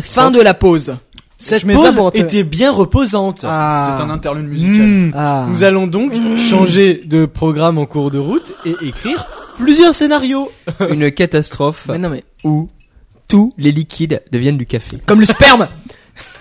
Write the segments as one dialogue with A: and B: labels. A: Fin de la pause.
B: Cette
A: Je mets
B: pause
A: ça pour te-
B: était bien reposante.
A: Ah.
B: C'était un interlude musical.
A: Ah.
B: Nous allons donc changer de programme en cours de route et écrire plusieurs scénarios.
C: Une catastrophe
A: Mais non mais
C: où tous les liquides deviennent du café.
A: comme le sperme.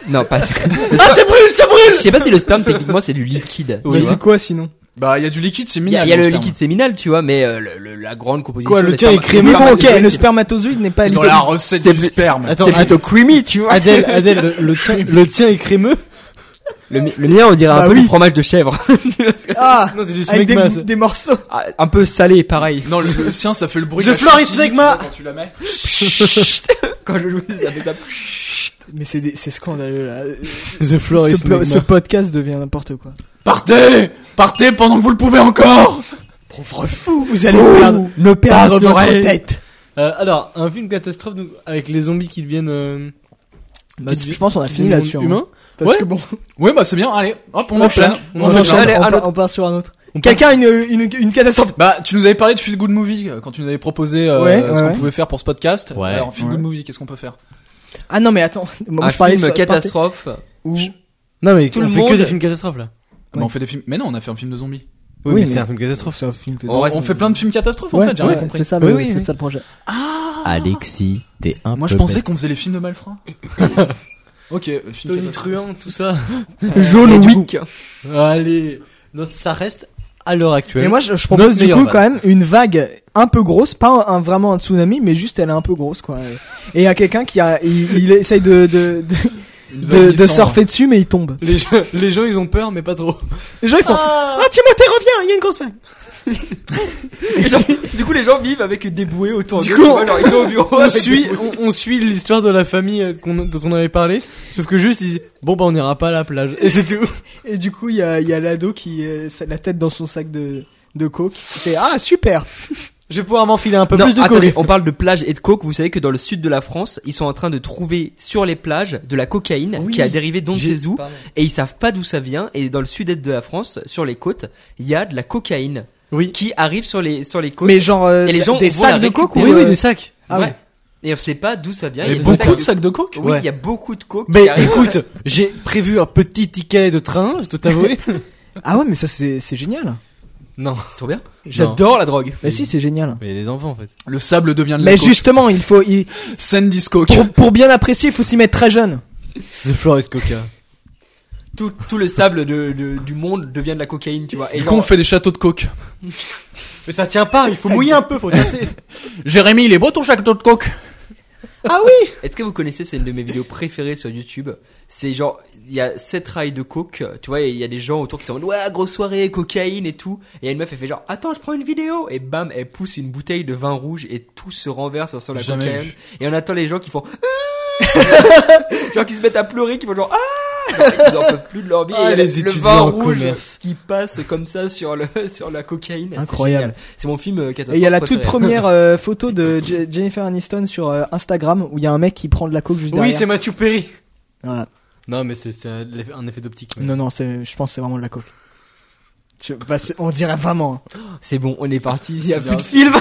C: Non, pas.
A: ah c'est brûle, ça
C: Je
A: brûle.
C: sais pas si le sperme techniquement c'est du liquide. tu
A: Mais
C: vois.
A: c'est quoi sinon
B: Bah, il y a du liquide, c'est
C: Il y a,
B: minimal.
C: il y a le
B: sperme.
C: liquide séminal, tu vois, mais euh, le- le- la grande composition.
B: Quoi, le
C: des
B: tien Ah, est
C: sperma-
B: crémeux,
C: des
A: Mais
B: bon,
C: sperma-
A: bon,
B: ok,
A: ok,
B: le
A: le spermatozoïde n'est pas
B: C'est Dans la recette
C: C'est
B: du
C: plus-
B: sperme.
C: Attends,
A: C'est
C: plutôt creamy, tu vois.
B: Adèle, Adèle, le, tien, le tien est crémeux.
C: Le, mi- le mien, on dirait un
A: Bah
C: peu
A: oui.
C: du fromage de chèvre.
A: Ah,
B: Non, c'est du
A: avec
B: smegma.
A: des, des morceaux.
C: Ah, un peu salé, pareil.
B: Non, le, le sien, ça fait le bruit.
A: The
B: de la
A: floor is
B: chantilly, tu
A: magma.
B: vois, Quand tu la mets.
C: Quand je joue, ça fait ça.
A: Mais c'est des- c'est scandaleux là.
B: The floor
A: ce, po- ce podcast devient n'importe quoi.
B: Partez, partez pendant que vous le pouvez encore.
A: Pauvre fou, vous allez perdre, ne perdre
B: passe
A: votre
B: oreille.
A: tête.
B: Euh, alors, un film catastrophe donc, avec les zombies qui deviennent. Euh,
A: Bah, je pense qu'on a
B: qui
A: fini
B: deviennent
A: là-dessus. hein.
B: Humains.
A: Parce
B: Ouais.
A: que bon,
B: Ouais, bah c'est bien. Allez, hop, on
A: Hop,
B: enchaîne.
A: là.
C: On
A: on
C: enchaîne.
A: enchaîne,
C: Allez,
A: on
C: un
A: part-
C: autre.
A: on part sur un autre.
B: On part-
A: Quelqu'un a une, une, une catastrophe.
B: Bah, tu nous avais parlé de Feel Good Movie euh, quand tu nous avais proposé euh,
A: Ouais, ouais,
B: ce qu'on
A: ouais.
B: pouvait faire pour ce podcast.
D: Ouais.
B: Alors, Feel
A: Ouais.
B: Good Movie, qu'est-ce qu'on peut faire
A: Ah non mais attends, moi
C: Un
A: je parlais
C: film
A: sur- je partais-
C: catastrophe.
A: Ou-
D: Non, mais
C: Tout
D: on
C: le
D: fait que
C: monde-
D: des films catastrophes là.
B: Ah, bah, on fait des films. Mais non, on a fait un film de zombies.
D: Oui,
A: Oui,
D: mais
A: mais-
D: c'est un film catastrophe.
A: Oh, C'est un film que-
C: On
B: on
C: reste-
B: on fait plein de films catastrophes en
A: Ouais,
B: fait, j'ai
A: ouais,
B: rien compris.
A: C'est ça, le,
D: Oui, oui,
A: c'est
D: oui.
A: ça le projet.
D: Alexis, t'es un
B: Moi, je pensais qu'on faisait les films de malfrats. ok, film catastrophe.
D: Truant, tout ça.
A: Jaune
C: Et du
A: Wick.
C: coup,
D: Allez, notre, ça reste à l'heure actuelle.
A: Mais moi je, je propose
D: Notre
A: du coup
D: meilleure
A: quand même une vague un peu grosse, pas un, un- vraiment un tsunami, mais juste elle est un peu grosse quoi. Et il y a quelqu'un qui a, il, il essaye de de, de,
B: Une
A: de-
B: vague
A: de
B: descend,
A: surfer dessus mais il tombe.
D: les gens, les gens, ils ont peur, mais pas trop.
A: Les gens ils font ah, Timothée reviens, il y a une grosse vague.
C: et genre- du coup, les gens vivent avec des bouées autour
D: Du
C: d'eux,
D: coup,
C: tu vois, genre, ils sont au bureau.
D: on
C: avec des
D: suit,
C: bouées.
D: on, on suit l'histoire de la famille euh, qu'on- dont on avait parlé, sauf que juste ils disent bon bah on ira pas à la plage et c'est tout.
A: Et du coup il y a il y a l'ado qui euh, sa- la tête dans son sac de de coke. Il fait ah super.
D: Je vais pouvoir m'enfiler un peu
C: Non,
D: plus de
C: attendez,
D: coke.
C: on parle de plage et de coke. Vous savez que dans le sud de la France, ils sont en train de trouver sur les plages de la cocaïne
A: Oui.
C: qui a dérivé d'on ne
D: J'ai-
C: sait où et ils savent pas d'où ça vient. Et dans le sud-est de la France, sur les côtes, il y a de la cocaïne
D: Oui.
C: qui arrive sur les sur les côtes.
A: Mais genre euh,
C: Et les gens
A: des
C: vont la
A: sacs de coke ou
D: Oui, oui,
A: euh,
D: des sacs.
A: ah
C: ouais.
A: ouais.
C: Et on sait pas d'où ça vient.
B: Mais
C: Ils se
B: beaucoup
C: contactent-
B: de sacs de coke.
C: Oui, il
D: Ouais.
C: y a beaucoup de coke.
D: Mais
C: qui arrive.
D: écoute, j'ai prévu un petit ticket de train, je dois t'avouer.
A: Ah ouais mais ça c'est c'est génial.
D: non.
C: c'est trop bien. J'adore la drogue.
A: Mais si c'est génial.
D: Mais les enfants en fait.
B: Le sable devient de la
A: Mais
B: coke.
A: justement, il faut il-
B: Sandy's coke.
A: pour, pour bien apprécier, il faut s'y mettre très jeune.
D: The floor is coca.
C: Tout tout le sable de, de- du monde devient de la cocaïne, tu vois. Et
B: Du
C: genre-
B: coup, on fait des châteaux de coke.
D: Mais ça tient pas, il faut mouiller un peu, faut tasser.
B: Jérémy, il est beau ton château de coke.
C: Est-ce que vous connaissez, c'est une de mes vidéos préférées sur YouTube. C'est genre, il y a 7 rails de coke, tu vois, et il y a des gens autour qui sont en mode, ouais, grosse soirée, cocaïne et tout. Et il y a une meuf, elle fait genre, attends, je prends une vidéo. Et bam, elle pousse une bouteille de vin rouge et tout se renverse sur la
B: Jamais
C: cocaïne.
B: vu.
C: Et on attend les gens qui font, Ah genre qui se mettent à pleurer, qui font genre, ah! Genre, Ils en peuvent plus de leur vie. et
D: Ah,
C: il y a
D: les
C: le- le
D: étudiants
C: vin
D: en
C: rouge
D: commerce.
C: qui passe comme ça sur le, sur la cocaïne. C'est
A: Incroyable.
C: génial. C'est mon film euh, catastrophe.
A: Et il y a la toute
C: préféré.
A: première euh, photo de Je- Jennifer Aniston sur euh, Instagram où il y a un mec qui prend de la coke juste
D: Oui,
A: derrière.
D: c'est Mathieu Perry.
A: Voilà.
D: Non, mais c'est c'est un effet- un effet d'optique. mais-
A: Non non, c'est je pense que c'est vraiment de la coke. Je- bah, c'est- on dirait vraiment. hein.
C: C'est bon, on est parti. Il y a
B: C'est
C: plus
B: bien.
C: de film.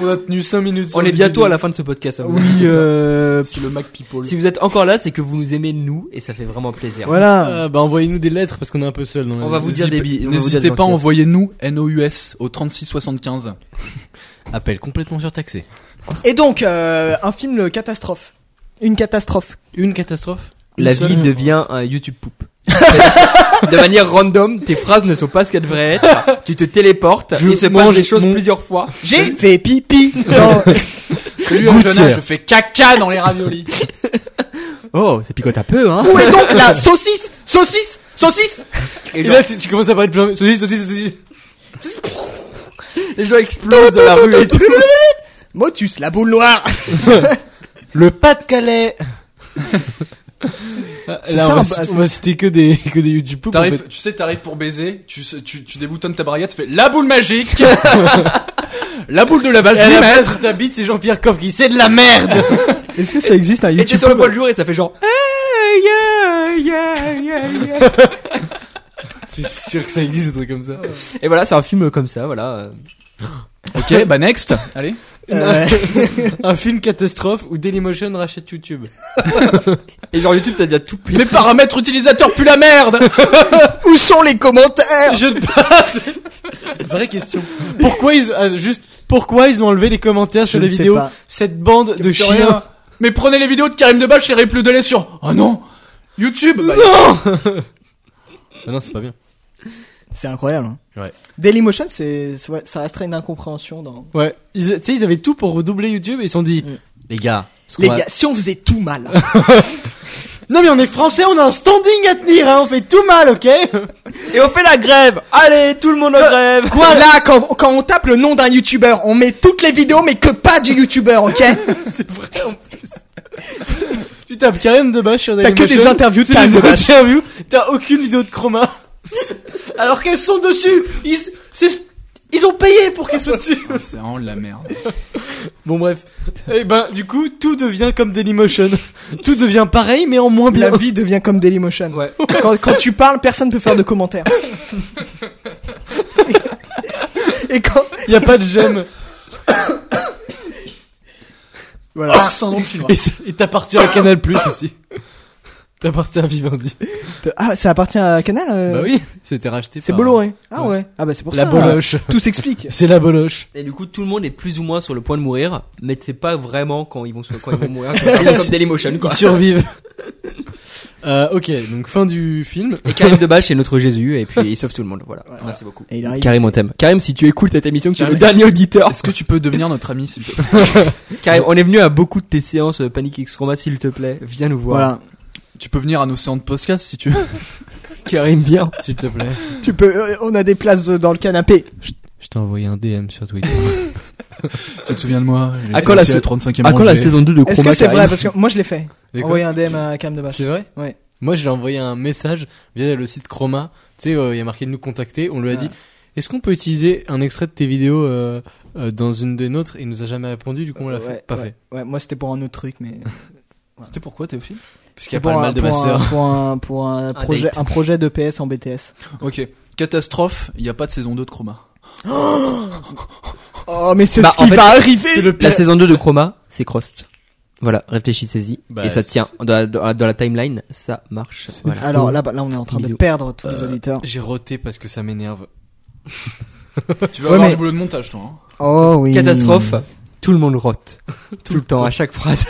D: On a tenu 5 minutes. sur
C: On
D: le
C: est bientôt
D: vidéo.
C: à la fin de ce podcast. hein, vous
A: Oui, euh,
B: C'est le Mac People.
C: Si vous êtes encore là, c'est que vous nous aimez nous et ça fait vraiment plaisir.
A: voilà.
D: Ah, bah envoyez-nous des lettres parce qu'on est un peu seul. Dans la
C: On va
D: vie.
C: vous dire des bi- on va vous dire des
B: N'hésitez pas,
C: gentillesses.
B: envoyez-nous NOUS au 3675.
D: Appel complètement surtaxé.
A: Et donc euh, un film euh, catastrophe. Une catastrophe.
D: Une catastrophe.
C: La
D: Une seule.
C: vie devient un YouTube poop. de manière random, tes phrases ne sont pas ce qu'elles devraient être. Tu te téléportes,
D: Je
C: il se passe
D: mange
C: des choses
D: mon-
C: plusieurs fois.
A: J'ai fait pipi dans
B: Salut à
D: Gouttière.
B: je fais caca dans les raviolis.
C: Oh, ça picote un peu, hein.
A: Où est donc la saucisse Saucisse Saucisse
D: Et là, tu, tu commences à parler de plein. Saucisse, saucisse, saucisse.
C: Les gens explosent dans la rue et tout.
A: Motus, la boule noire.
D: Le Pas-de-Calais.
A: C'est
D: Euh, Là, on
A: ça,
D: va,
A: un-
D: citer-
A: c'est-
D: on va citer que des, que des YouTube poop, en
B: T'arrives,
D: fait.
B: tu sais, t'arrives pour baiser, tu, se- tu, tu déboutonnes ta braguette, tu fais la boule magique. la boule de lavage,
D: Et
B: je
D: à
B: vais
D: la
B: mettre.
D: place où t'habites, c'est Jean-Pierre Coff qui c'est de la merde.
A: Est-ce que ça existe un
C: Et tu es
A: YouTube
C: sur le point de jour et ça fait genre, hey, yeah, yeah, yeah, yeah.
D: c'est sûr que ça existe des trucs comme ça.
C: euh, Et voilà, c'est un film comme ça, voilà.
B: Ok, bah next. Allez.
A: Euh,
D: Un film catastrophe où Dailymotion rachète YouTube.
C: Et genre YouTube, ça devient tout plus.
B: Mes paramètres utilisateurs puent la merde
A: Où sont les commentaires
D: Je ne passe. Vraie question. Pourquoi ils ah, juste pourquoi ils ont enlevé les commentaires sur
A: Je
D: les
A: ne sais
D: vidéos
A: pas.
D: Cette bande de
B: Capteur
D: chiens.
B: rien. Mais prenez les vidéos de Karim Debache et Répleu Delay sur. Oh non YouTube bah,
D: Ah non, c'est pas bien.
A: C'est incroyable. hein.
D: Ouais.
A: Dailymotion, c'est c'est- ouais, ça resterait une incompréhension dans.
D: Ouais. Ils, tu sais, ils avaient tout pour redoubler YouTube et ils se sont dit,
A: Mm.
D: les gars. ce qu'on
A: Les
D: va-
A: gars, si on faisait tout mal,
D: Non mais on est français, on a un standing à tenir, hein, on fait tout mal, ok
C: Et on fait la grève. Allez, tout le monde en grève.
A: quoi Là, quand, quand on tape le nom d'un YouTuber, on met toutes les vidéos, mais que pas du YouTuber, ok
D: Tu tapes Karim Debache sur
A: T'as que des
D: Dailymotion,
A: interviews de
D: c'est
A: Karim
D: des
A: Debache.
D: interviews, t'as aucune vidéo de chroma. Alors qu'elles sont dessus Ils, c'est- ils ont payé pour qu'elles soient dessus
B: C'est vraiment de oh, la merde.
D: Bon bref. Et ben du coup, tout devient comme Dailymotion. Tout devient pareil mais en moins bien.
A: La vie devient comme Dailymotion.
C: Ouais.
A: Quand, quand tu parles, personne peut faire de commentaires. Et quand
D: Y a pas de j'aime.
A: voilà,
D: Ah. Et c'est- Et t'appartiens à Canal Plus aussi. T'appartiens à Vivendi.
A: ah, ça appartient à Canal. euh,
D: Bah oui, c'était racheté
A: C'est
D: par-
A: Bolloré. Ah ouais. Ah bah c'est pour
D: La
A: ça.
D: boloche.
A: Tout s'explique.
D: C'est la boloche.
C: Et du coup, tout le monde est plus ou moins sur le point de mourir, mais tu sais pas vraiment quand ils vont, se- quand ils vont mourir. C'est vraiment comme Dailymotion, quoi.
D: Ils survivent. Euh, ok, donc fin du film.
C: Et Karim Debache est notre Jésus, et puis il sauve tout le monde. Voilà. Merci beaucoup.
A: Et il arrive.
C: Karim, on t'aime. Karim, si tu écoutes cette émission, tu es le
B: Karim.
C: dernier auditeur.
B: Est-ce que tu peux devenir notre ami s'il te plaît
C: Karim, on est venu à beaucoup de tes séances euh, Panic X Combat, s'il te plaît. Viens nous voir.
A: Voilà.
B: Tu peux venir à nos séances de podcast si tu veux.
C: Karim, viens.
D: S'il te plaît.
A: Tu peux. euh, on a des places euh, dans le canapé.
D: Je t'ai envoyé un DM sur Twitter.
B: Tu te souviens de moi j'ai
C: À quand la
B: associé
C: sa-
B: 35e
C: À Ah, quand la
B: rangée.
C: saison 2 de
A: Est-ce
C: Chroma
A: que c'est
C: Karim
A: vrai Parce que moi je l'ai fait.
D: D'accord.
A: Envoyer un DM à Cam de Basse.
D: C'est vrai
A: Ouais.
D: Moi, j'ai envoyé un message via le site Chroma. Tu sais, euh, il y a marqué de nous contacter. On lui a
A: Ouais.
D: dit Est-ce qu'on peut utiliser un extrait de tes vidéos euh, euh, dans une des nôtres Il nous a jamais répondu, du coup, on l'a
A: Ouais,
D: fait- pas
A: ouais.
D: fait.
A: Ouais, moi c'était pour un autre truc, mais.
B: C'était pourquoi Théophile
D: Parce qu'il y
A: C'était
D: a pas
A: pour
D: le
A: un,
D: mal de
A: pour
D: ma
A: un-
D: sœur.
A: pour un pour un projet
C: date.
A: un projet de PS en BTS.
B: Ok. Catastrophe, il n'y a pas de saison 2 de Chroma.
A: Oh mais c'est
C: Bah,
A: ce
C: en
A: qui
C: fait,
A: va arriver.
C: La saison 2 de Chroma, c'est Crost. Voilà, réfléchissez-y.
D: Bah,
C: et ça
D: c'est-
C: tient. Dans la, dans la- dans la timeline, ça marche. Voilà.
A: Alors là, bah, là, on est en train de
C: Oh. Bisous.
A: perdre tous les auditeurs.
D: J'ai roté parce que ça m'énerve.
B: Tu vas
A: Ouais,
B: avoir
A: mais-
B: le boulot de montage toi. hein.
A: Oh oui.
C: Catastrophe, tout le monde rote. Tout le temps, à chaque phrase.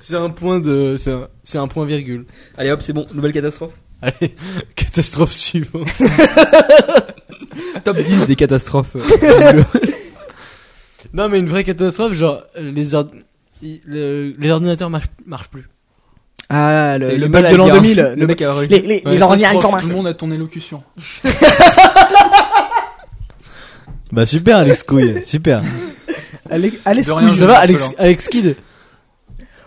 D: C'est un point de. C'est un, c'est un point virgule.
C: Allez hop, c'est bon, nouvelle catastrophe.
D: Allez, catastrophe suivante.
C: Top 10 des catastrophes.
D: non, mais une vraie catastrophe, genre, les, ord- il- le- les ordinateurs marchent, marchent plus.
A: Ah le,
C: T'as eu
A: le
C: du
A: bug
C: mal à
A: de l'an
C: dire un-
A: 2000.
C: Euh, Le
A: Le
C: mec a
A: Les les
D: Ouais,
A: les revient encore.
B: Tout le monde a ton élocution.
D: Bah, super, Alex Couille. super.
A: Allez allez
B: De rien,
D: Ça va,
B: Excellent.
D: Alex, Alex Kidd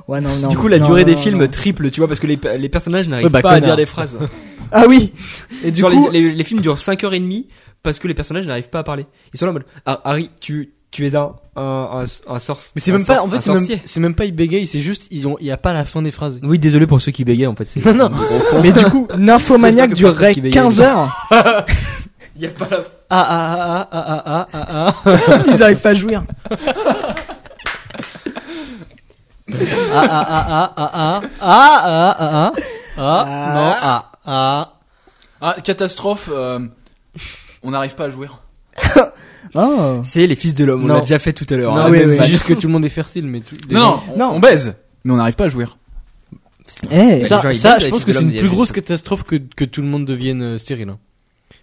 A: Ouais non non.
C: Du coup, la
A: non,
C: durée
A: non,
C: des
A: non,
C: films
A: non.
C: triple, tu vois, parce que les, les personnages n'arrivent
D: Ouais, bah,
C: pas à dire
D: connard.
C: des phrases.
A: Ah oui. Et du
C: Genre,
A: coup.
C: les, les- les films durent 5h30 parce que les personnages n'arrivent pas à parler. Ils sont là en mode Ah, Harry, tu, tu es un, un, un, un sorcier.
D: Mais c'est
C: Un
D: même pas,
C: sorc-
D: en
C: un
D: fait, c'est même,
C: sorcier.
D: c'est même pas il bégaye, c'est juste, ils ont, il y a pas la fin des phrases.
C: Oui, désolé pour ceux qui bégaient en fait. c'est-
D: Non, non.
A: Mais du coup, Nymphomaniac
C: Je crois que personne
A: durerait
C: qui veillait.
A: 15 heures.
C: Il y a pas la-
D: Ah ah ah ah ah ah ah ah
A: Ils arrivent pas à jouir.
D: ah ah ah ah ah ah ah ah non ah ah
B: Ah, catastrophe, euh, on n'arrive pas à jouer.
A: Oh.
C: C'est les fils de l'homme, on
D: Non.
C: l'a déjà fait tout à l'heure.
D: non
C: hein.
A: oui,
D: mais
A: oui.
D: c'est juste que tout le monde est fertile mais tout, les
B: Non,
D: gens-
B: non,
A: Non.
B: on, on baise, mais on n'arrive pas à jouer.
A: Eh.
C: les gens,
D: ça,
C: ils
D: ça
C: aiment
D: je
C: les
D: pense
C: filles de
D: que c'est une
C: l'homme,
D: plus
C: ils
D: grosse
C: aiment
D: catastrophe que que tout le monde devienne euh, stérile hein.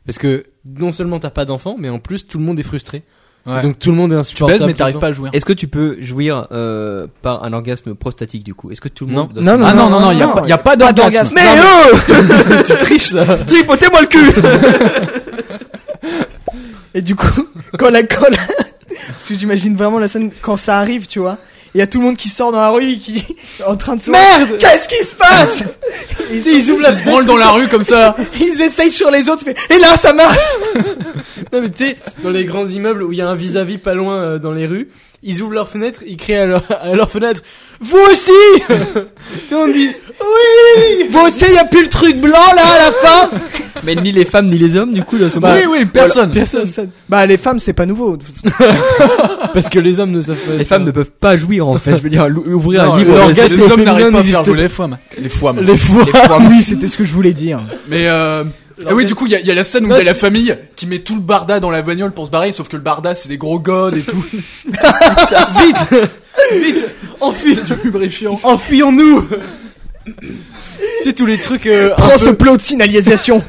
D: parce que non seulement t'as pas d'enfant mais en plus tout le monde est frustré
B: Ouais.
D: donc tout le monde est
B: tu
D: insupportable
B: baises, mais
D: tout le
B: t'arrives pas à jouer.
C: Est-ce que tu peux jouir euh, par un orgasme prostatique du coup Est-ce que tout le
D: Non.
C: monde doit
A: Non,
C: se-
A: non,
B: Ah non, non, non, il n'y
A: non,
B: a, y a pas
A: d'orgasme.
B: d'orgasme.
A: Mais
B: Non,
A: oh
D: temps. tu triches là
C: tripotez-moi le cul
A: Et du coup, quand la colle. Parce que j'imagine vraiment la scène quand ça arrive, tu vois. Il y a tout le monde qui sort dans la rue et qui est en train de se.
D: Merde
A: Qu'est-ce qui se passe ils, ils ouvrent la
B: mais- branle dans la rue comme ça.
A: Ils essayent sur les autres. mais- Et là, ça marche.
D: non mais tu sais dans les grands immeubles où il y a un vis-à-vis pas loin euh, dans les rues ils ouvrent leurs fenêtres ils crient à leur, à leur fenêtre vous aussi tout le monde dit oui
A: Vous aussi, il y a plus le truc blanc là à la fin.
C: Ah, Mais ni les femmes ni les hommes, du coup, dans ce
D: Bah,
C: moment.
B: Eh oui, oui, personne.
D: Personne.
A: Bah les femmes c'est pas nouveau.
D: Parce que les hommes ne savent pas. euh,
C: Les femmes ne peuvent pas jouir, en fait. Je veux dire, l'ou- ouvrir
B: Non,
C: un
B: les-
C: livre.
B: les- les hommes n'arrivent pas à faire
D: n'existe
B: jouer les femmes. Les femmes.
D: Les fois.
C: Les fois,
A: oui c'était ce que je voulais dire.
B: Mais euh... Ah oui, du coup, il y, a- il y a la scène où il y a la famille qui met tout le barda dans la bagnole pour se barrer, sauf que le barda, c'est des gros godes et tout.
D: Enfuis-
B: C'est du lubrifiant.
D: Enfuyons-nous. tu sais tous les trucs. euh,
A: Prends ce plot de signalisation.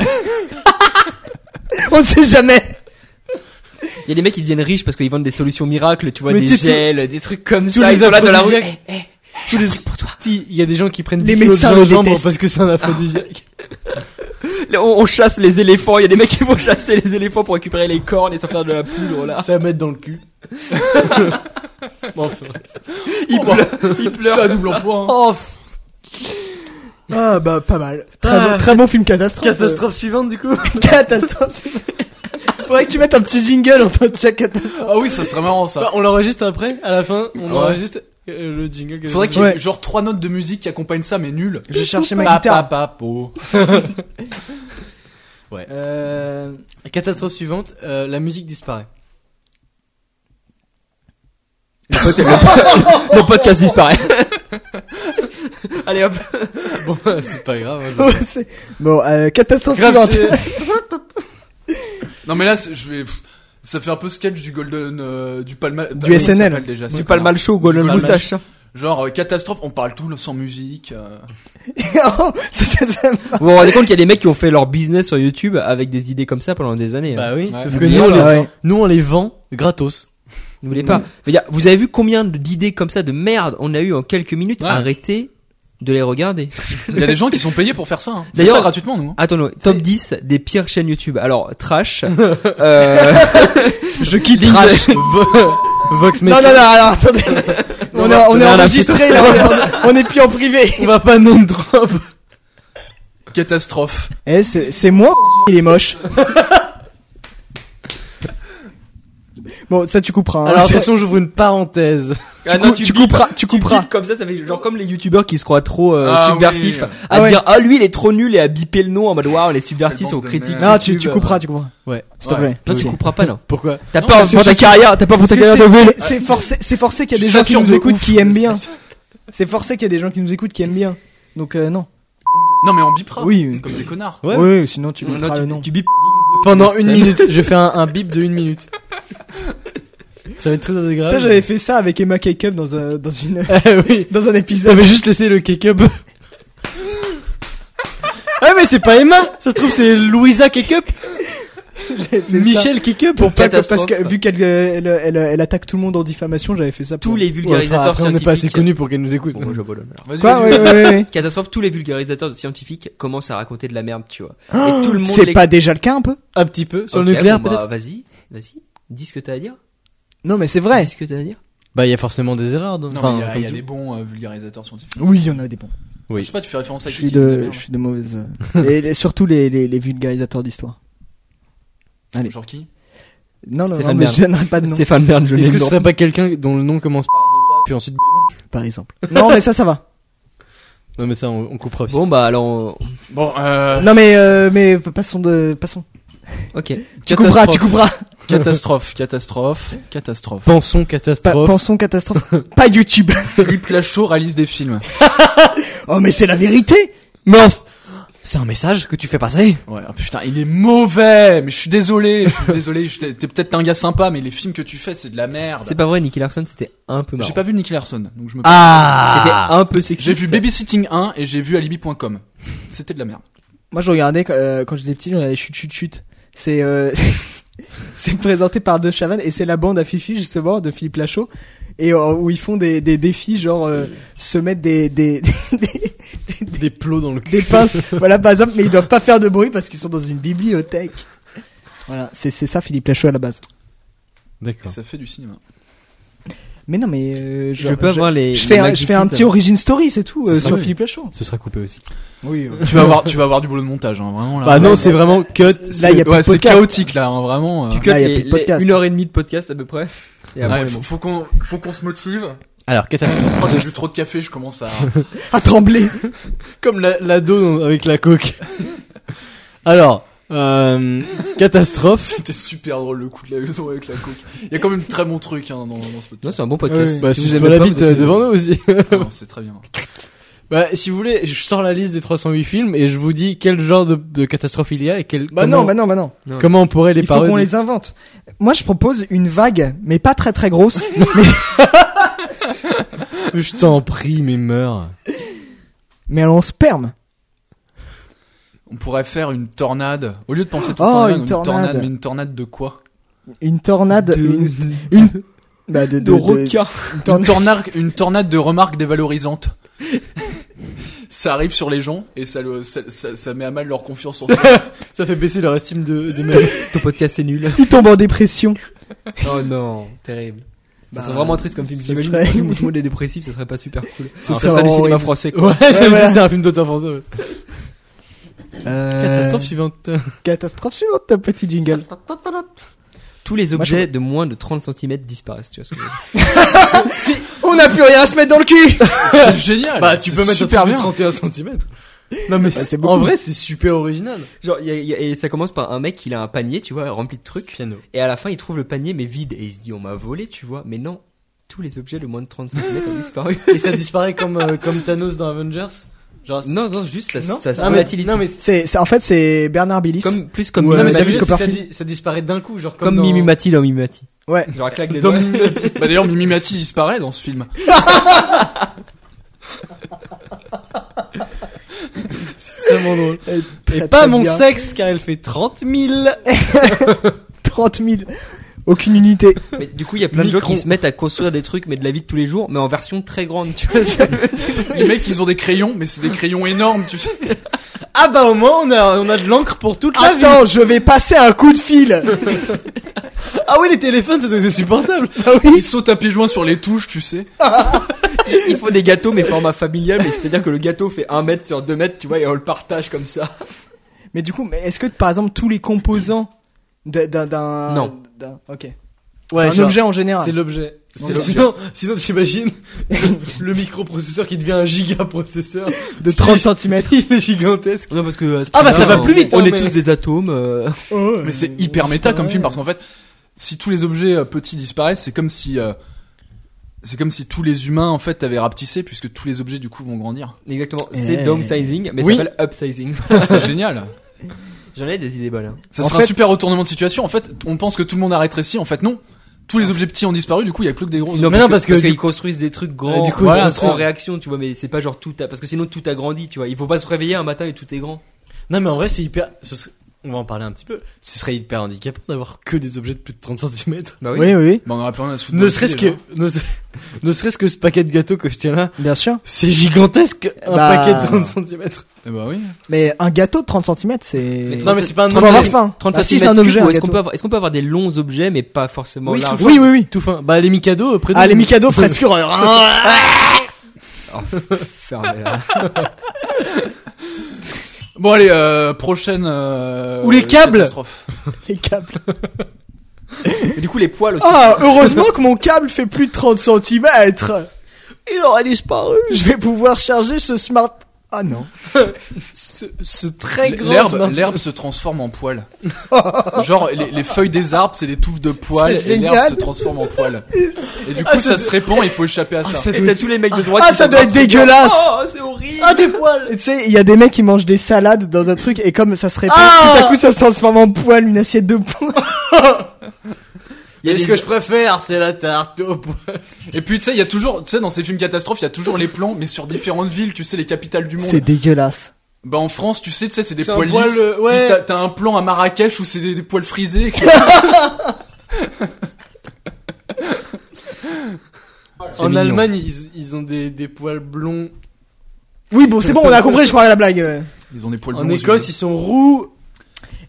A: On ne sait jamais.
C: Il y a des mecs qui deviennent riches parce qu'ils vendent des solutions miracles, tu vois,
D: Mais
C: des
D: tu sais,
C: gels, des trucs comme
D: tous
C: ça.
D: les
C: Ils sont là dans la rue.
D: aphrodisiaques.
C: Eh, eh,
D: tous les-
C: pour toi.
D: Si, Il y a des gens qui prennent des
A: Les
D: kilos
A: médecins
D: de
A: le
D: gingembre
A: détestent.
D: parce que c'est un aphrodisiaque.
C: Là, On, on chasse les éléphants. Il y a des mecs qui vont chasser les éléphants pour récupérer les cornes et s'en faire de la poudre là.
D: Ça va mettre dans le cul. Bon, enfin.
C: Ils pleurent. Ils pleurent.
B: Ça, double emploi. hein.
D: Oh, pff,
A: Ah bah pas mal. Très,
D: Ah.
A: bon, très bon film catastrophe.
D: catastrophe suivante du coup.
A: Euh, catastrophe. Faudrait que tu mettes un petit jingle en train de chaque catastrophe.
B: Ah oui, ça serait marrant, ça.
D: Bah, on l'enregistre après, à la fin, on
B: Ouais.
D: enregistre euh, le jingle. que-
B: Faudrait qu'il y ait
A: Ouais.
B: genre trois notes de musique qui accompagnent ça, mais nul.
A: Je cherchais ma guitare.
B: Papapapo.
A: Euh...
D: Catastrophe suivante, euh, la musique disparaît.
C: Le, pote- le- le podcast disparaît. Allez hop.
D: Bon, c'est pas grave. hein,
A: oh, c'est- bon, euh, catastrophe
D: Grave,
A: suivante.
B: Non, mais là, c'est- je vais. pff, Ça fait un peu sketch du Golden. euh, du Palma.
A: Du
B: Palma, il
A: SNL.
B: s'appelle Déjà,
C: Du
B: c'est
C: pas le mal chaud, Golden
B: Du Golden
C: Moustache.
B: Genre, euh, catastrophe, on parle tout sans musique. euh.
A: Ça, ça, ça-
C: Vous vous rendez compte qu'il y a des mecs qui ont fait leur business sur YouTube avec des idées comme ça pendant des années.
D: c'est-
C: hein.
D: Bah oui,
B: Ouais.
D: sauf que
A: Ouais.
D: nous on, les,
A: Ouais.
D: nous, on les vend gratos.
C: N'oubliez pas. Je veux dire, vous avez vu combien d'idées comme ça de merde on a eu en quelques minutes
B: Ouais.
C: Arrêtez de les regarder.
B: Il y a des gens qui sont payés pour faire ça. Hein.
C: D'ailleurs-
B: D'ailleurs, ça gratuitement, nous. hein.
C: Attends, non, top 10 des pires chaînes YouTube. Alors, Trash. euh,
D: Ah, Je quitte
C: Trash.
D: Vox
A: Non, non,
D: Metal.
A: non, alors attendez. on, est, on est
C: Non, non,
A: enregistré là, on est, on est plus en privé.
D: On va pas name drop.
B: Catastrophe.
A: Eh, c'est c'est moi, il est moche. Bon, ça tu couperas. hein.
D: Alors
A: Ça-
D: attention, j'ouvre une parenthèse.
C: Ah
A: tu,
C: non,
A: cou- tu couperas, tu couperas.
C: Bip Comme ça, ça fait genre comme les youtubeurs qui se croient trop euh,
B: Ah
C: subversifs
B: oui.
C: à
A: Ah ouais.
C: dire ah lui il est trop nul et à biper le nom en mode waouh les subversifs
B: Quelle
C: sont
B: bande de
C: critiques.
B: merde.
A: Non, tu, tu
C: YouTube,
A: couperas, tu couperas.
D: Ouais.
A: S'il te
B: Ouais.
A: plaît.
C: Non, tu
A: Ok.
C: couperas pas non.
D: Pourquoi
C: T'as
B: Non,
C: pas
B: parce
C: pour
A: que
C: ta
A: c'est-
C: carrière, t'as pas pour ta
A: C'est-
C: carrière de
A: c'est-
C: ville.
A: c'est- C'est forcé, c'est forcé qu'il y a
B: Tu
A: des gens qui
B: satures
A: nous
B: de
A: écoutent
B: ouf.
A: qui aiment bien. C'est forcé qu'il y a des gens qui nous écoutent qui aiment bien. Donc euh, non.
B: Non, mais on bipera.
A: Oui, oui.
B: Comme des connards.
D: Ouais.
A: Oui, sinon tu
C: Non,
A: couperas
C: tu-
A: le nom.
C: tu bip.
D: Pendant une
C: Sam.
D: minute, je fais un, un bip de une minute. Ça va être très désagréable.
A: Ça, j'avais
C: euh,
A: fait ça avec Emma Cakeup dans un, dans une,
D: Ah oui.
A: dans un épisode.
D: J'avais juste laissé le K-Cup. ah mais c'est pas Emma, ça se trouve c'est Louisa K-Cup,
A: J'avais fait ça.
D: Michel K-Cup.
A: Pour pas que- parce
C: Catastrophe.
A: que vu qu'elle euh, elle, elle, elle attaque tout le monde en diffamation, j'avais fait ça. Pour
C: Tous les
D: Ouais, enfin,
C: vulgarisateurs
D: après, on n'est
C: scientifiques.
D: pas assez connus pour qu'elle nous écoute.
C: Bon, moi, j'abandonne, alors.
B: Vas-y,
A: Quoi
B: vas-y.
A: ouais, ouais, ouais, ouais.
C: Catastrophe, tous les vulgarisateurs scientifiques commencent à raconter de la merde, tu vois.
A: Oh,
C: tout le monde
A: C'est
C: les-
A: pas déjà le cas un peu
D: Un petit peu Ah, sur
C: Ok,
D: le nucléaire
C: bon, bah,
D: peut-être.
C: Vas-y, vas-y. Dis ce que t'as à dire.
A: Non, mais c'est vrai.
C: Dis ce que t'as à dire.
D: Bah il y a forcément des erreurs. donc-
B: Non,
D: enfin,
B: mais il y a,
D: comme
B: il y a
D: tout.
B: des bons euh, vulgarisateurs scientifiques.
A: Oui, il y en a des bons.
D: Oui.
B: Je sais pas, tu fais référence à
A: Je
B: qui
A: suis
B: qui disait
A: de,
B: merde.
A: je suis de mauvaise. et les- surtout les, les, les vulgarisateurs d'histoire. Allez.
B: Genre qui
A: Non, non, non,
C: Stéphane
A: mais
C: Bern.
A: je donnerai pas de nom,
C: Stéphane Bern, je
D: Est-ce
C: l'aime
D: que Ah, ce
C: dans-
D: serait pas quelqu'un dont le nom commence par puis ensuite
A: par exemple. Non, mais ça, ça va.
D: Non mais ça on, on coupera aussi.
C: Bon bah alors, on-
B: Bon, euh.
A: Non, mais, euh, mais passons de, passons.
C: ok.
D: Bah.
A: Tu couperas, tu couperas.
B: Catastrophe, catastrophe, catastrophe.
D: Pensons
A: Pa-
D: catastrophe.
A: pensons catastrophe. pas YouTube.
B: Philippe Lachaud réalise des films.
A: Oh, mais c'est la vérité.
D: Mais enf- c'est un message que tu fais passer.
B: Ouais, ah, putain, il est mauvais, mais je suis désolé, je suis désolé, je t'ai- t'es peut-être un gars sympa, mais les films que tu fais, c'est de la merde.
C: C'est pas vrai, Nicky Larson, c'était un peu marrant.
B: J'ai pas vu Nicky Larson, donc je me
C: C'était
D: Ah.
C: un peu sexy.
B: J'ai vu Babysitting 1 et j'ai vu Alibi.com. C'était de la merde.
A: Moi, je regardais euh, quand j'étais petit, je regardais chut chut chut. C'est euh, c'est présenté par De Chavannes et c'est la bande à Fifi justement de Philippe Lachaud et euh, où ils font des, des défis genre euh, se mettre des des, des
D: Des plots dans le cul.
A: des pinces voilà par exemple mais ils doivent pas faire de bruit parce qu'ils sont dans une bibliothèque. Voilà, c'est c'est ça Philippe Lachaud à la base.
B: Et
D: D'accord.
B: ça fait du cinéma.
A: Mais non mais euh,
C: Je peux avoir les.
A: je
C: les
A: fais un,
C: Mac
A: je fais un
C: Griffiths,
A: petit origin story c'est tout
D: Ce
A: euh,
D: sera
A: sur
D: mieux.
A: Philippe Lachaud.
D: Ce sera coupé aussi.
A: Oui.
B: tu vas avoir, tu vas avoir du boulot de montage, hein, vraiment là.
D: Bah non, c'est vraiment cut.
A: Là il y a plus
B: Ouais,
A: de
B: c'est
A: podcast.
B: chaotique là, hein, vraiment. euh.
C: Tu
A: Là,
C: cuts
A: y a
C: les-
A: plus de podcast.
C: les une heure et demie de podcast à peu près. Et
D: Ah,
B: Ouais,
C: après,
B: faut, faut qu'on, faut qu'on se motive.
D: Alors catastrophe.
B: Je crois que j'ai bu trop de café, je commence à.
A: À trembler.
D: Comme la- l'ado dans- avec la coke. Alors, Euh, catastrophe.
B: C'était super drôle le coup de la maison avec la coke. Il y a quand même très bon truc hein, dans, dans ce
C: Non,
B: podcast.
C: c'est un bon
D: Ouais,
C: podcast.
D: bah,
C: Si
D: si
C: vous
D: vous
C: aimez
D: la
C: pas,
D: bite
C: vous êtes-
D: euh, devant nous aussi.
B: Ah non, c'est très bien.
D: bah, si vous voulez, je sors la liste des 308 films et je vous dis quel genre de, de catastrophe il y a et quel,
A: Bah
D: comment,
A: non, bah non, bah non.
D: comment on pourrait les
A: Il faut qu'on
D: parodier.
A: les invente. Moi, je propose une vague, mais pas très très grosse.
D: Je t'en prie, mais meurs.
A: mais on sperme.
B: On pourrait faire une tornade. Au lieu de penser tout le
A: Oh,
B: temps à
A: une
B: une tornade.
A: tornade.
B: mais une tornade de quoi
A: Une tornade. Une, une- bah de, de,
C: De Roca.
A: de- une
B: une
A: tornade.
B: tornade, une tornade de remarques dévalorisantes. ça arrive sur les gens et ça, le, ça, ça, ça met à mal leur confiance en soi.
D: Ça fait baisser leur estime de, des
C: Ton podcast est nul.
A: Il tombe en dépression.
C: Oh non, terrible.
A: Bah,
C: ça serait vraiment triste comme film.
A: ce
C: J'imagine
A: serait-
C: que tout le monde est dépressif, ça serait pas super cool.
A: serait
C: Alors, ça serait du
A: vraiment
C: cinéma
A: horrible.
C: français quoi.
D: Ouais, j'avais
A: voilà.
D: dit c'est un film d'auteur français. ouais.
A: Euh,
D: Catastrophe suivante.
A: catastrophe suivante, ta petite jingle.
C: Tous les
A: Moi, je-
C: objets de moins de 30 cm disparaissent, tu vois ce que je veux dire.
A: On n'a plus rien à se mettre dans le cul.
B: c'est génial.
D: Bah, tu
B: C'est
D: peux mettre un
B: super
D: truc de
B: bien.
D: 31 cm. Non, mais
A: c'est
D: c'est-
A: beaucoup.
D: en vrai, c'est super original.
C: Genre, il y a- il y a- et ça commence par un mec, il a un panier, tu vois, rempli de trucs.
D: Piano.
C: Et à la fin, il trouve le panier mais vide. Et il se dit, on m'a volé, tu vois. Mais non, tous les objets de moins de 30 cm ont disparu.
D: Et ça disparaît comme, euh, comme Thanos dans Avengers. Genre,
C: non, non, juste ça,
D: non,
C: ça se
D: Ah, mais-
C: volatilise.
D: non, mais
A: C'est, c'est- en fait, c'est Bernard Billis.
C: Comme, plus comme,
A: Ouais,
D: Non, mais
C: Mimimati-
D: ce que je veux dire, c'est
A: David
D: que
A: Copperfield.
D: ça, di- ça disparaît d'un coup, genre comme,
C: comme
D: dans...
C: Mimimati dans Mimimati.
A: Ouais.
C: Genre, elle claque des
D: Dans
C: doigts.
D: Mimimati.
B: Bah d'ailleurs Mimi Mati disparaît dans ce film.
D: C'est tellement drôle.
A: Euh,
D: Et
A: très,
D: pas
A: très
D: mon
A: bien.
D: sexe, car elle fait 30 000.
A: 30 000. Aucune unité.
C: Mais du coup, il y a plein de gens qui se mettent à construire des trucs, mais de la vie de tous les jours, mais en version très grande, tu vois.
B: Les mecs ils ont des crayons mais c'est des crayons énormes tu sais.
D: Ah bah au moins, on a, on a de l'encre pour toute
A: Ah
D: la vie.
A: Attends, je vais passer un coup de fil.
D: Ah oui, les téléphones, ça doit être supportable.
A: ah oui.
B: Ils sautent à pieds joints sur les touches tu sais.
C: Ils font des gâteaux, mais format familial, mais c'est-à-dire que le gâteau fait 1 mètre sur 2 mètres, tu vois, et on le partage comme ça.
A: Mais du coup, mais est-ce que par exemple tous les composants d'un- d'un- d'un
C: Non.
A: d'un- Ok.
D: Ouais,
A: c'est un objet en général.
D: C'est l'objet.
A: C'est
D: C'est-
A: l'objet.
D: Sinon, sinon t'imagines le microprocesseur qui devient un gigaprocesseur
A: de 30 cm.
D: Il est gigantesque.
C: Non, parce que. euh,
D: Ah, bah, ça va plus vite,
C: On
D: hein,
C: est
D: mais-
C: tous des atomes. euh.
B: Mais c'est hyper méta comme film parce qu'en fait si tous les objets euh, petits disparaissent c'est comme si euh, c'est comme si tous les humains en fait avaient rapetissé puisque tous les objets du coup vont grandir.
C: Exactement. C'est
A: Eh.
C: downsizing, mais
B: Oui.
C: ça s'appelle upsizing.
B: C'est génial.
C: J'en ai des idées bonnes. hein.
B: Ça
A: En
B: serait
A: fait-
B: un super retournement de situation. En fait, on pense que tout le monde a rétréci. En fait, non. Tous les objets petits ont disparu. Du coup, il y a plus que des gros.
D: Ah. Non, mais non, parce que,
C: parce
D: du
C: qu'ils construisent des trucs grands
D: Euh, du coup, ils
C: voilà,
D: construisent-
C: en réaction tu vois mais c'est pas genre tout a... parce que sinon tout a grandi tu vois il faut pas se réveiller un matin et tout est grand
D: Non, mais en vrai, c'est hyper. ce serait- On va en parler un petit peu. Ce serait hyper handicapant d'avoir que des objets de plus de 30 cm.
C: bah
A: Oui, oui, oui,
B: Bah, on aurait plus rien à se foutre dans
D: Ne
B: le
D: serait-ce
B: cul,
D: que, ne serait- ne serait-ce que ce paquet de gâteaux que je tiens là,
A: bien sûr.
D: c'est gigantesque. Un
A: Bah.
D: paquet de 30 cm.
B: déjà. Eh bah oui.
A: Mais un gâteau de 30 cm, c'est.
D: Non, mais c'est pas un
A: Faut avoir
D: objet.
A: faim.
C: 30
A: Bah, si, c'est
C: centimètres
A: un objet.
C: cubes, ou
A: un
C: est-ce qu'on
A: gâteau.
C: peut avoir est-ce qu'on peut avoir des longs objets mais pas forcément
D: Oui,
C: larges
A: Oui, oui, oui.
D: Tout fin. Bah, les Mikado, près
A: Ah, les Mikado, Fred Führer. hein.
C: Fermez, là.
B: Bon, allez, euh, prochaine. euh,
D: Ou les câbles.
B: catastrophe.
A: les câbles.
C: Mais du coup les poils aussi
A: Ah, heureusement que mon câble fait plus de 30 cm.
C: il aurait disparu
A: Je vais pouvoir charger ce smart. Ah non.
D: ce, ce très grand
B: L'herbe,
D: smart-
B: l'herbe se transforme en poils. Genre, les, les feuilles des arbres, c'est des touffes de poils.
A: C'est
B: Et l'herbe
A: génial.
B: se transforme en poils. Et du coup,
D: Ah, ça
B: ça se répand. Il faut échapper à ça.
D: ça
C: et
D: doit
C: t'as
D: être-
C: tous les mecs de droite
A: Ah,
C: qui
A: ça
C: sont
A: doit être
C: partout.
A: dégueulasse.
C: oh c'est horrible
D: Ah, des poils!
A: Tu sais, il y a des mecs qui mangent des salades dans un truc et comme ça se répand,
D: Ah
A: tout à coup ça se transforme en poil, une assiette de poil.
C: Il y a
D: Et
C: des-
D: ce que je préfère, c'est la tarte au poil.
B: Et puis, tu sais, il y a toujours, tu sais, dans ces films catastrophes, il y a toujours les plans, mais sur différentes villes, tu sais, les capitales du monde.
A: C'est dégueulasse.
B: Bah en France, tu sais, tu sais, c'est des
D: C'est un
B: poils
D: poil,
B: lisses.
D: euh, ouais.
B: Puis t'as- T'as un plan à Marrakech où c'est des, des poils frisés. etc.
D: En
C: mignon.
D: Allemagne, ils, ils ont des, des poils blonds.
A: Oui, bon, c'est bon, on a compris, je crois, la blague. euh.
B: Ils ont des poils
D: En
B: blonds aux
D: Écosse,
B: yeux
D: ils sont roux.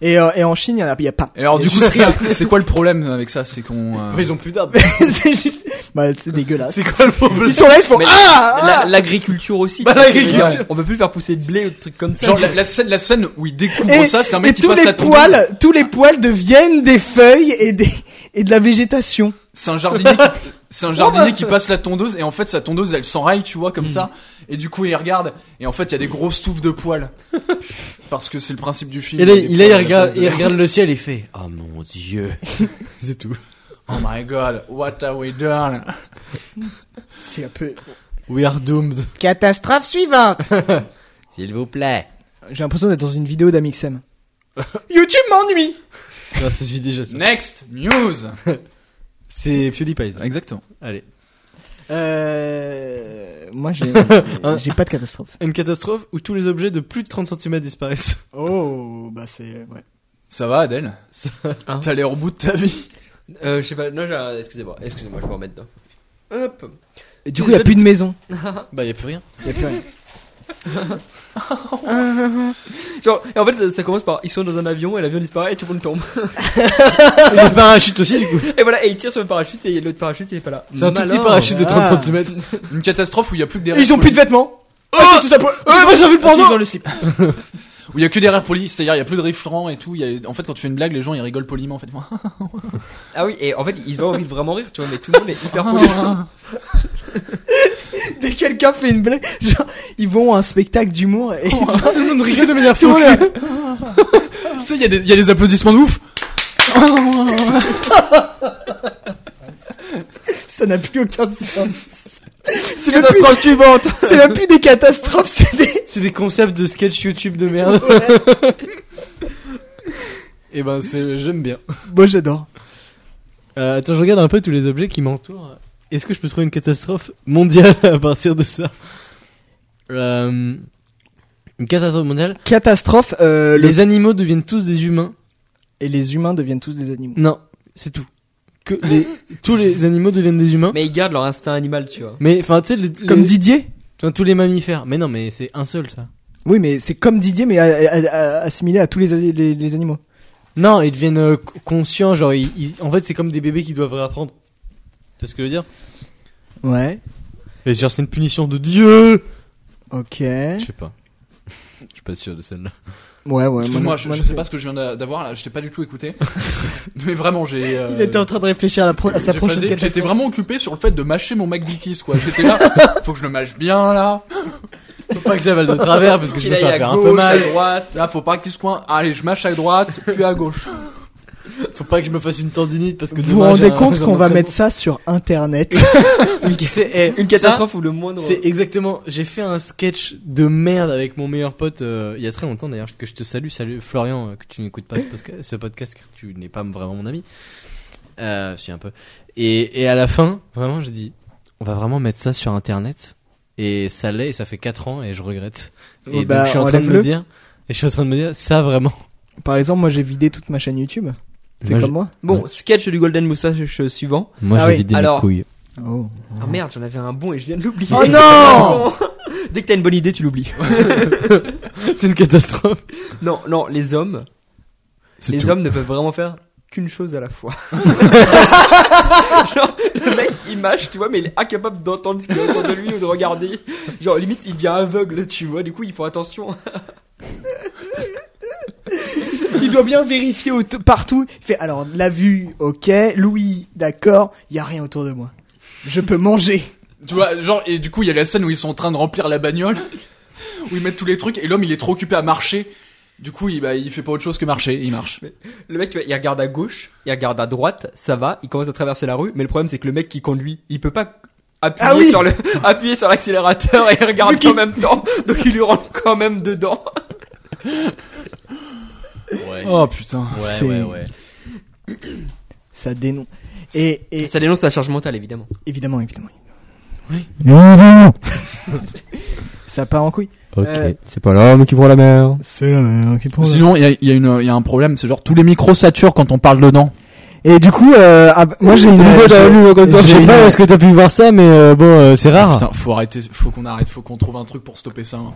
A: Et, euh, et en Chine, il y en a, il y a pas.
B: bleus. Et alors,
A: Il y
B: du
A: a
B: coup,
A: juste
B: c'est
A: rien.
B: quoi- c'est quoi le problème avec ça C'est qu'on. euh,
D: Mais ils ont plus d'arbres.
A: c'est juste. Bah, c'est dégueulasse.
D: c'est quoi le problème?
A: Ils sont là, ils font
C: Mais-
A: Ah, ah
C: La- l'agriculture aussi
D: Bah,
C: tu vois,
D: l'agriculture.
C: c'est- on peut plus faire pousser de blé ou de trucs comme ça
B: Genre la, la scène, la scène où ils découvrent
A: Et-
B: ça, c'est un
A: Et
B: mec qui
A: tous
B: passe
A: les
B: la tondeuse.
A: poils, tous les poils deviennent des feuilles et des et de la végétation.
D: Hmm.
B: C'est un jardinier, qui, c'est un jardinier qui passe la tondeuse et en fait sa tondeuse elle s'enraille, tu vois, comme ça. Et du coup, il regarde. Et en fait, il y a des grosses touffes de poils. Parce que c'est le principe du film.
D: Et là,
B: Des
D: il,
B: poils à la
D: regarde,
B: place de-
D: il regarde le ciel et fait Oh mon dieu. c'est tout.
B: Oh my god, what are we done?
A: C'est un peu.
D: We are doomed.
A: Catastrophe suivante
D: S'il vous plaît.
A: J'ai l'impression d'être dans une vidéo d'Amixem.
D: YouTube m'ennuie. Non, ça, j'ai déjà ça.
B: Next news!
D: C'est PewDiePie. ça.
B: Exactement.
D: Allez.
A: Euh. Moi, j'ai. j'ai pas de catastrophe.
D: Une catastrophe où tous les objets de plus de 30 cm disparaissent.
A: Oh, bah c'est. Ouais.
B: Ça va, Adèle?
D: Ça-
C: Hein
B: T'as l'air au bout de ta vie.
C: Euh, je sais pas, non, j'ai un- excusez-moi, excusez-moi, je vais en mettre dedans. Hop
A: Et du coup, il y a plus de maison.
D: Bah, y a plus rien.
A: Y a plus rien.
C: Genre, et en fait, ça commence par ils sont dans un avion et l'avion disparaît et tout le monde tombe.
D: Et le parachute aussi, du coup.
C: Et voilà, et ils tirent sur le parachute et l'autre parachute il est pas là.
D: C'est un tout petit
C: Malin.
D: parachute de 30
A: voilà.
D: cm.
B: Une catastrophe où il y a plus que des
A: Ils ont plus de vêtements
D: Oh,
A: Ah, tout ça pour...
D: moi j'ai vu le
A: Ah, si, ils ont
D: porno.
A: le slip.
B: Où il y a que des rires polis, c'est-à-dire il y a plus de rires francs et tout. il Y a... En fait, quand tu fais une blague, les gens ils rigolent poliment en fait.
C: Ah oui, et en fait, ils ont envie de vraiment rire, tu vois, mais tout le monde est hyper poli.
A: Dès que quelqu'un fait une blague, genre, ils vont à un spectacle d'humour et.
D: Tout le monde rigole de manière
A: Tout Oh, le monde
D: folle.
A: est-
B: tu sais, il y, a des- il y a des applaudissements de ouf.
A: ça n'a plus aucun sens. C'est même plus-
D: Catastrophe suivante.
A: c'est même plus des catastrophes, c'est des.
D: C'est des concepts de sketch YouTube de merde. Et ben c'est j'aime bien.
A: Moi, j'adore.
D: Euh, attends, je regarde un peu tous les objets qui m'entourent. Est-ce que je peux trouver une catastrophe mondiale à partir de ça Euh, Une catastrophe mondiale
A: Catastrophe, euh, le-
D: Les animaux deviennent tous des humains.
A: et les humains deviennent tous des animaux.
D: Non, c'est tout. Que les, tous les animaux deviennent des humains.
C: Mais ils gardent leur instinct animal, tu vois.
D: Mais enfin, tu sais, les-
A: Comme
D: les-
A: Didier
D: enfin, tous les mammifères. Mais non, mais c'est un seul ça.
A: Oui, mais c'est comme Didier, mais a- a- a- assimilé à tous les, les, les animaux.
D: Non, ils deviennent euh, co- conscients. Genre, ils- ils- en fait, c'est comme des bébés qui doivent réapprendre. Tu vois ce que je veux dire
A: Ouais.
D: Et genre, c'est une punition de Dieu.
A: Ok.
D: Je sais pas. Je suis pas sûr de celle-là.
A: Ouais, ouais.
B: Excuse-moi,
A: non-
B: je,
A: moi
B: je
A: non
B: sais
A: plus.
B: pas ce que je viens d'a- d'avoir là, je t'ai pas du tout écouté. Mais vraiment, j'ai. euh,
A: Il était en train de réfléchir à, la pro- à sa
B: j'ai
A: prochaine
B: phasé.
A: catastrophe.
B: J'étais vraiment occupé sur le fait de mâcher mon McVitie's quoi. J'étais là, faut que je le mâche bien là.
D: Faut pas que ça vale de travers parce que
C: Qu'il
D: sinon, ça
C: aille
D: va faire
C: à
D: un peu
A: Oh,
C: gauche, à
D: mal.
C: droite.
B: Là, faut pas qu'il se coin. Allez, je mâche à droite, puis à gauche.
D: Faut pas que je me fasse une tendinite parce que
A: Vous vous rendez compte qu'on va mettre ça sur internet
D: c'est eh,
C: Une catastrophe ou le moindre.
D: C'est exactement. J'ai fait un sketch de merde avec mon meilleur pote euh, il y a très longtemps d'ailleurs que je te salue, salut Florian euh, que tu n'écoutes pas ce posca- ce podcast car tu n'es pas vraiment mon ami. Euh, je suis un peu. Et, et à la fin, vraiment, je dis, on va vraiment mettre ça sur internet. Et ça l'est, et ça fait 4 ans, et je regrette.
A: Oh
D: Et
A: bah,
D: donc je suis en train de me
A: enlève-le.
D: dire, et je suis en train de me dire, ça vraiment.
A: Par exemple, moi j'ai vidé toute ma chaîne YouTube. T'es
D: Moi,
A: comme moi
C: Bon, sketch du Golden Moustache suivant.
D: j'ai- moi,
A: Ah
D: j'ai
A: oui.
D: vidé mes
C: Alors,
D: couilles.
A: Oh.
C: Ah merde, j'en avais un bon et je viens de l'oublier.
A: Oh non
C: Dès que t'as une bonne idée, tu l'oublies.
D: C'est une catastrophe.
C: Non, non, les hommes,
D: C'est
C: les
D: tout.
C: hommes ne peuvent vraiment faire qu'une chose à la fois. Genre, le mec, il mâche, tu vois, mais il est incapable d'entendre ce qu'il y a autour de lui ou de regarder. Genre, limite, il devient aveugle, tu vois, du coup, il faut attention.
A: Il doit bien vérifier auto- partout. Il fait alors la vue, ok. Louis, d'accord. Il y a rien autour de moi. Je peux manger.
B: Tu vois, genre, et du coup, il y a la scène où ils sont en train de remplir la bagnole, où ils mettent tous les trucs, et l'homme il est trop occupé à marcher. Du coup, il, bah, il fait pas autre chose que marcher, il marche.
C: Le mec, tu vois, il regarde à gauche, il regarde à droite, ça va, il commence à traverser la rue, mais le problème, c'est que le mec qui conduit, il peut pas appuyer
A: Ah oui
C: sur le, appuyer sur l'accélérateur et il regarde
A: Vu qu'il-
C: en même temps, donc il lui rentre quand même dedans.
B: Oh putain.
A: C'est- Ça dénonce. Et, et
C: Ça dénonce la charge mentale, évidemment.
A: évidemment, évidemment.
D: Oui.
A: Évidemment. Ça part en couille.
D: Ok.
A: Euh,
E: C'est pas l'homme qui prend la mer.
A: C'est la merde qui prend.
B: Sinon, il y a, il y a une- il y a un problème, c'est genre tous les micros saturent quand on parle dedans.
A: Et du coup, euh, ah, moi j'ai une. j'ai-
D: Je
A: j'ai
D: sais
A: une-
D: pas où est-ce que t'as pu voir ça, mais euh, bon, euh, c'est rare.
B: Ah, Putain, faut arrêter, faut qu'on arrête, faut qu'on trouve un truc pour stopper ça. hein.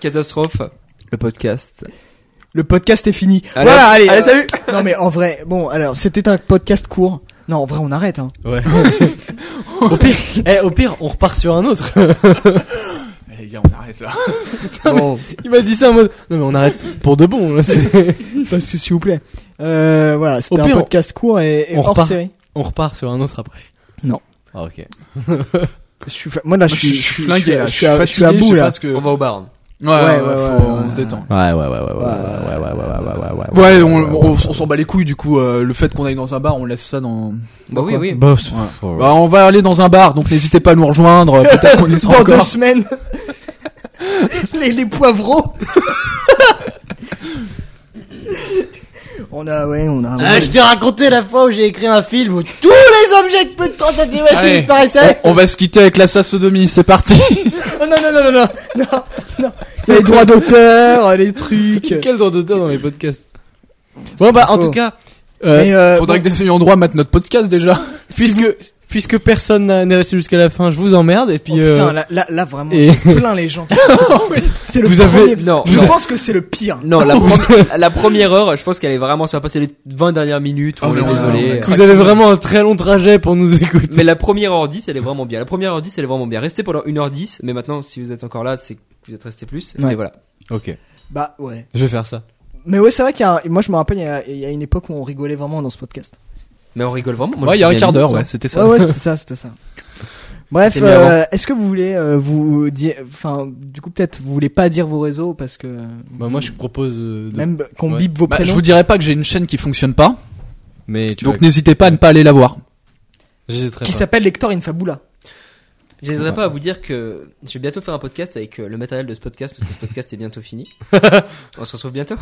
C: Catastrophe. Le podcast.
A: Le podcast est fini.
C: Allez,
A: voilà, allez,
C: allez,
A: euh,
C: salut
A: Non mais en vrai, bon, alors c'était un podcast court. Non, en vrai, on arrête. Hein.
D: Ouais. au pire, eh, au pire, on repart sur un autre.
B: Eh, les gars, on arrête là.
C: Bon.
D: Il m'a dit ça en mode, non mais on arrête pour de bon. là, c'est-
A: Parce que s'il vous plaît. Euh, voilà, c'était
D: Au
A: un
D: pire, on-
A: podcast court et, et
D: on
A: hors
D: repart.
A: série.
D: on repart sur un autre après.
A: Non.
D: Ah ok.
A: Je suis fa- moi là,
B: Moi,
A: je suis, je suis
B: flingué, là,
A: je suis à, je suis à
B: fatigué, je
A: bout
B: sais
A: là.
B: pas ce que-
C: On va au bar.
A: Bah
B: Ouais, ouais,
A: Ouais, ouais,
B: faut-
A: ouais,
B: on
A: ouais.
B: se détend.
F: Ouais, ouais, ouais, ouais, ouais, ouais, ouais, ouais, ouais, ouais, ouais, ouais,
B: Ouais,
F: ouais,
B: on,
F: ouais,
B: on-
F: ouais,
B: on s'en bat les couilles du coup. euh, le fait qu'on aille dans un bar, on laisse ça dans.
C: Bah oui, oui.
D: Bah,
B: Ouais. Bah, on va aller dans un bar, donc n'hésitez pas à nous rejoindre. Peut-être qu'on y sera
A: Dans deux
B: encore.
A: semaines. les, les poivrons. on a, ouais, on a.
D: Ah, je t'ai raconté la fois où j'ai écrit un film où tous les objets que peut de tentative
B: Allez.
D: disparaissaient.
B: On va se quitter avec la sassodomie, c'est parti.
A: Oh, non, non, non, non, non, non, non. Les droits d'auteur, euh, les trucs.
D: Quel genre de temps dans les podcasts Bon bah en
A: Faux.
D: tout cas, euh,
A: Oh. Mais, euh,
B: Faudrait
A: bon,
B: que des ayants droit matent notre podcast déjà.
D: puisque puisque personne n'a- n'est resté jusqu'à la fin, je vous emmerde et puis
A: oh, putain,
D: euh,
A: là, là, là, vraiment,
D: et-
A: c'est plein les gens. c'est le
D: Vous avez-
A: premier.
C: Non,
A: Je
C: non.
A: pense que c'est le pire.
C: Non, la, première- la première heure, je pense qu'elle est vraiment sympa. C'est les 20 dernières minutes, où
B: Ah
C: on
B: oui,
C: est
B: on a- on a
C: désolé.
B: cru.
D: vous avez vraiment un très long trajet pour nous écouter.
C: Mais la première heure 10, elle est vraiment bien. La première heure 10, elle est vraiment bien. Restez pendant 1h10, mais maintenant, si vous êtes encore là, c'est que vous êtes resté plus.
A: Ouais.
C: Et voilà.
D: Ok,
A: Bah, ouais.
D: je vais faire ça.
A: Mais ouais, c'est vrai qu'il y a, un- moi je me rappelle, il y, a, il y a une époque où on rigolait vraiment dans ce podcast.
C: Mais on rigole vraiment. Moi,
B: Ouais, il y a
C: je-
B: un quart d'heure,
D: ça.
B: ouais, c'était
A: Ouais,
B: ça.
A: ouais, c'était ça, c'était ça. Bref,
C: C'était mieux avant.
A: euh, est-ce que vous voulez euh, vous dire, enfin, du coup peut-être vous voulez pas dire vos réseaux parce que
D: Bah moi je propose euh, de...
A: même b- qu'on
D: Ouais.
A: bip vos
B: Bah, je
A: prénoms.
B: vous dirais pas que j'ai une chaîne qui fonctionne pas,
D: mais tu
B: donc
D: vois,
B: n'hésitez pas à ne pas aller la voir.
D: j'hésiterai
A: Qui
D: pas.
A: s'appelle Lector Infabula.
C: J'hésiterai pas à vous dire que je vais bientôt faire un podcast avec euh, le matériel de ce podcast parce que ce podcast est bientôt fini. on se retrouve bientôt.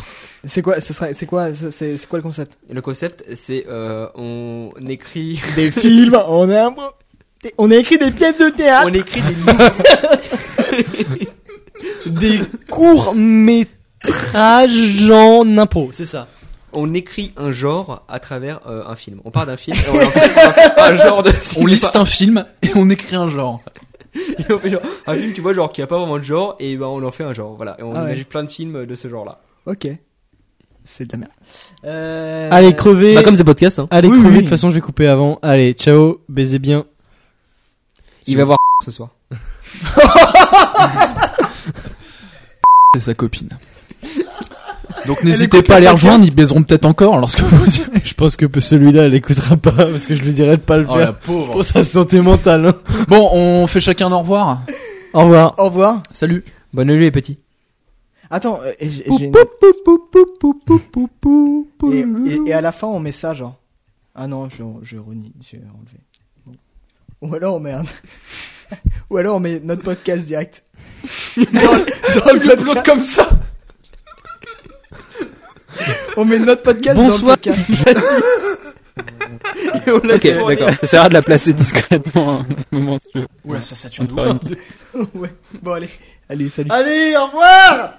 A: C'est quoi, ce serait, c'est quoi, c'est- c'est c'est quoi le concept
C: Le concept, c'est euh, on écrit,
A: Des films, on a, on a écrit des pièces de théâtre.
C: on écrit des
D: des courts métrages en impro, c'est ça.
C: on écrit un genre à travers euh, un film. On part d'un film et on en fait, on en fait un genre de
B: On
C: cinéma.
B: liste un film et on écrit un genre.
C: Et on fait genre, un film, tu vois, genre qui a pas vraiment de genre et ben on en fait un genre. Voilà, et on
A: Ah ouais.
C: imagine plein de films de ce genre-là.
A: Ok, c'est de la merde. Euh...
D: Allez crever.
C: ces podcasts hein.
D: Allez
A: Oui,
D: crever,
A: oui.
D: de toute façon je vais couper avant. Allez, ciao, baisez bien.
C: Il va voir ce soir.
B: C'est sa copine. Donc n'hésitez pas à les rejoindre, ils baiseront peut-être encore lorsque vous irez.
D: Je pense que celui-là, elle écoutera pas parce que je lui dirais de pas le
B: Oh
D: faire
B: la pauvre.
D: pour sa santé mentale. hein.
B: Bon, on fait chacun au revoir.
D: Au revoir.
A: Au revoir.
B: Salut.
C: Bonne nuit les petits.
A: Attends, euh, et j'ai- et j'ai une- Et, et- et à la fin, on met ça, genre. Ah non, je, je renie, j'ai enlevé. Bon. Ou alors on met un... Ou alors on met notre podcast direct. dans, dans le podcast,
B: comme ça.
A: on met notre podcast
D: Bonsoir.
A: dans le podcast.
F: Ok,
B: Bah,
F: d'accord. Ça sert à de la placer discrètement. un moment.
B: Ouais, ça sature de
F: Encore une-
A: ouais. Bon allez, allez, salut.
D: Allez, au revoir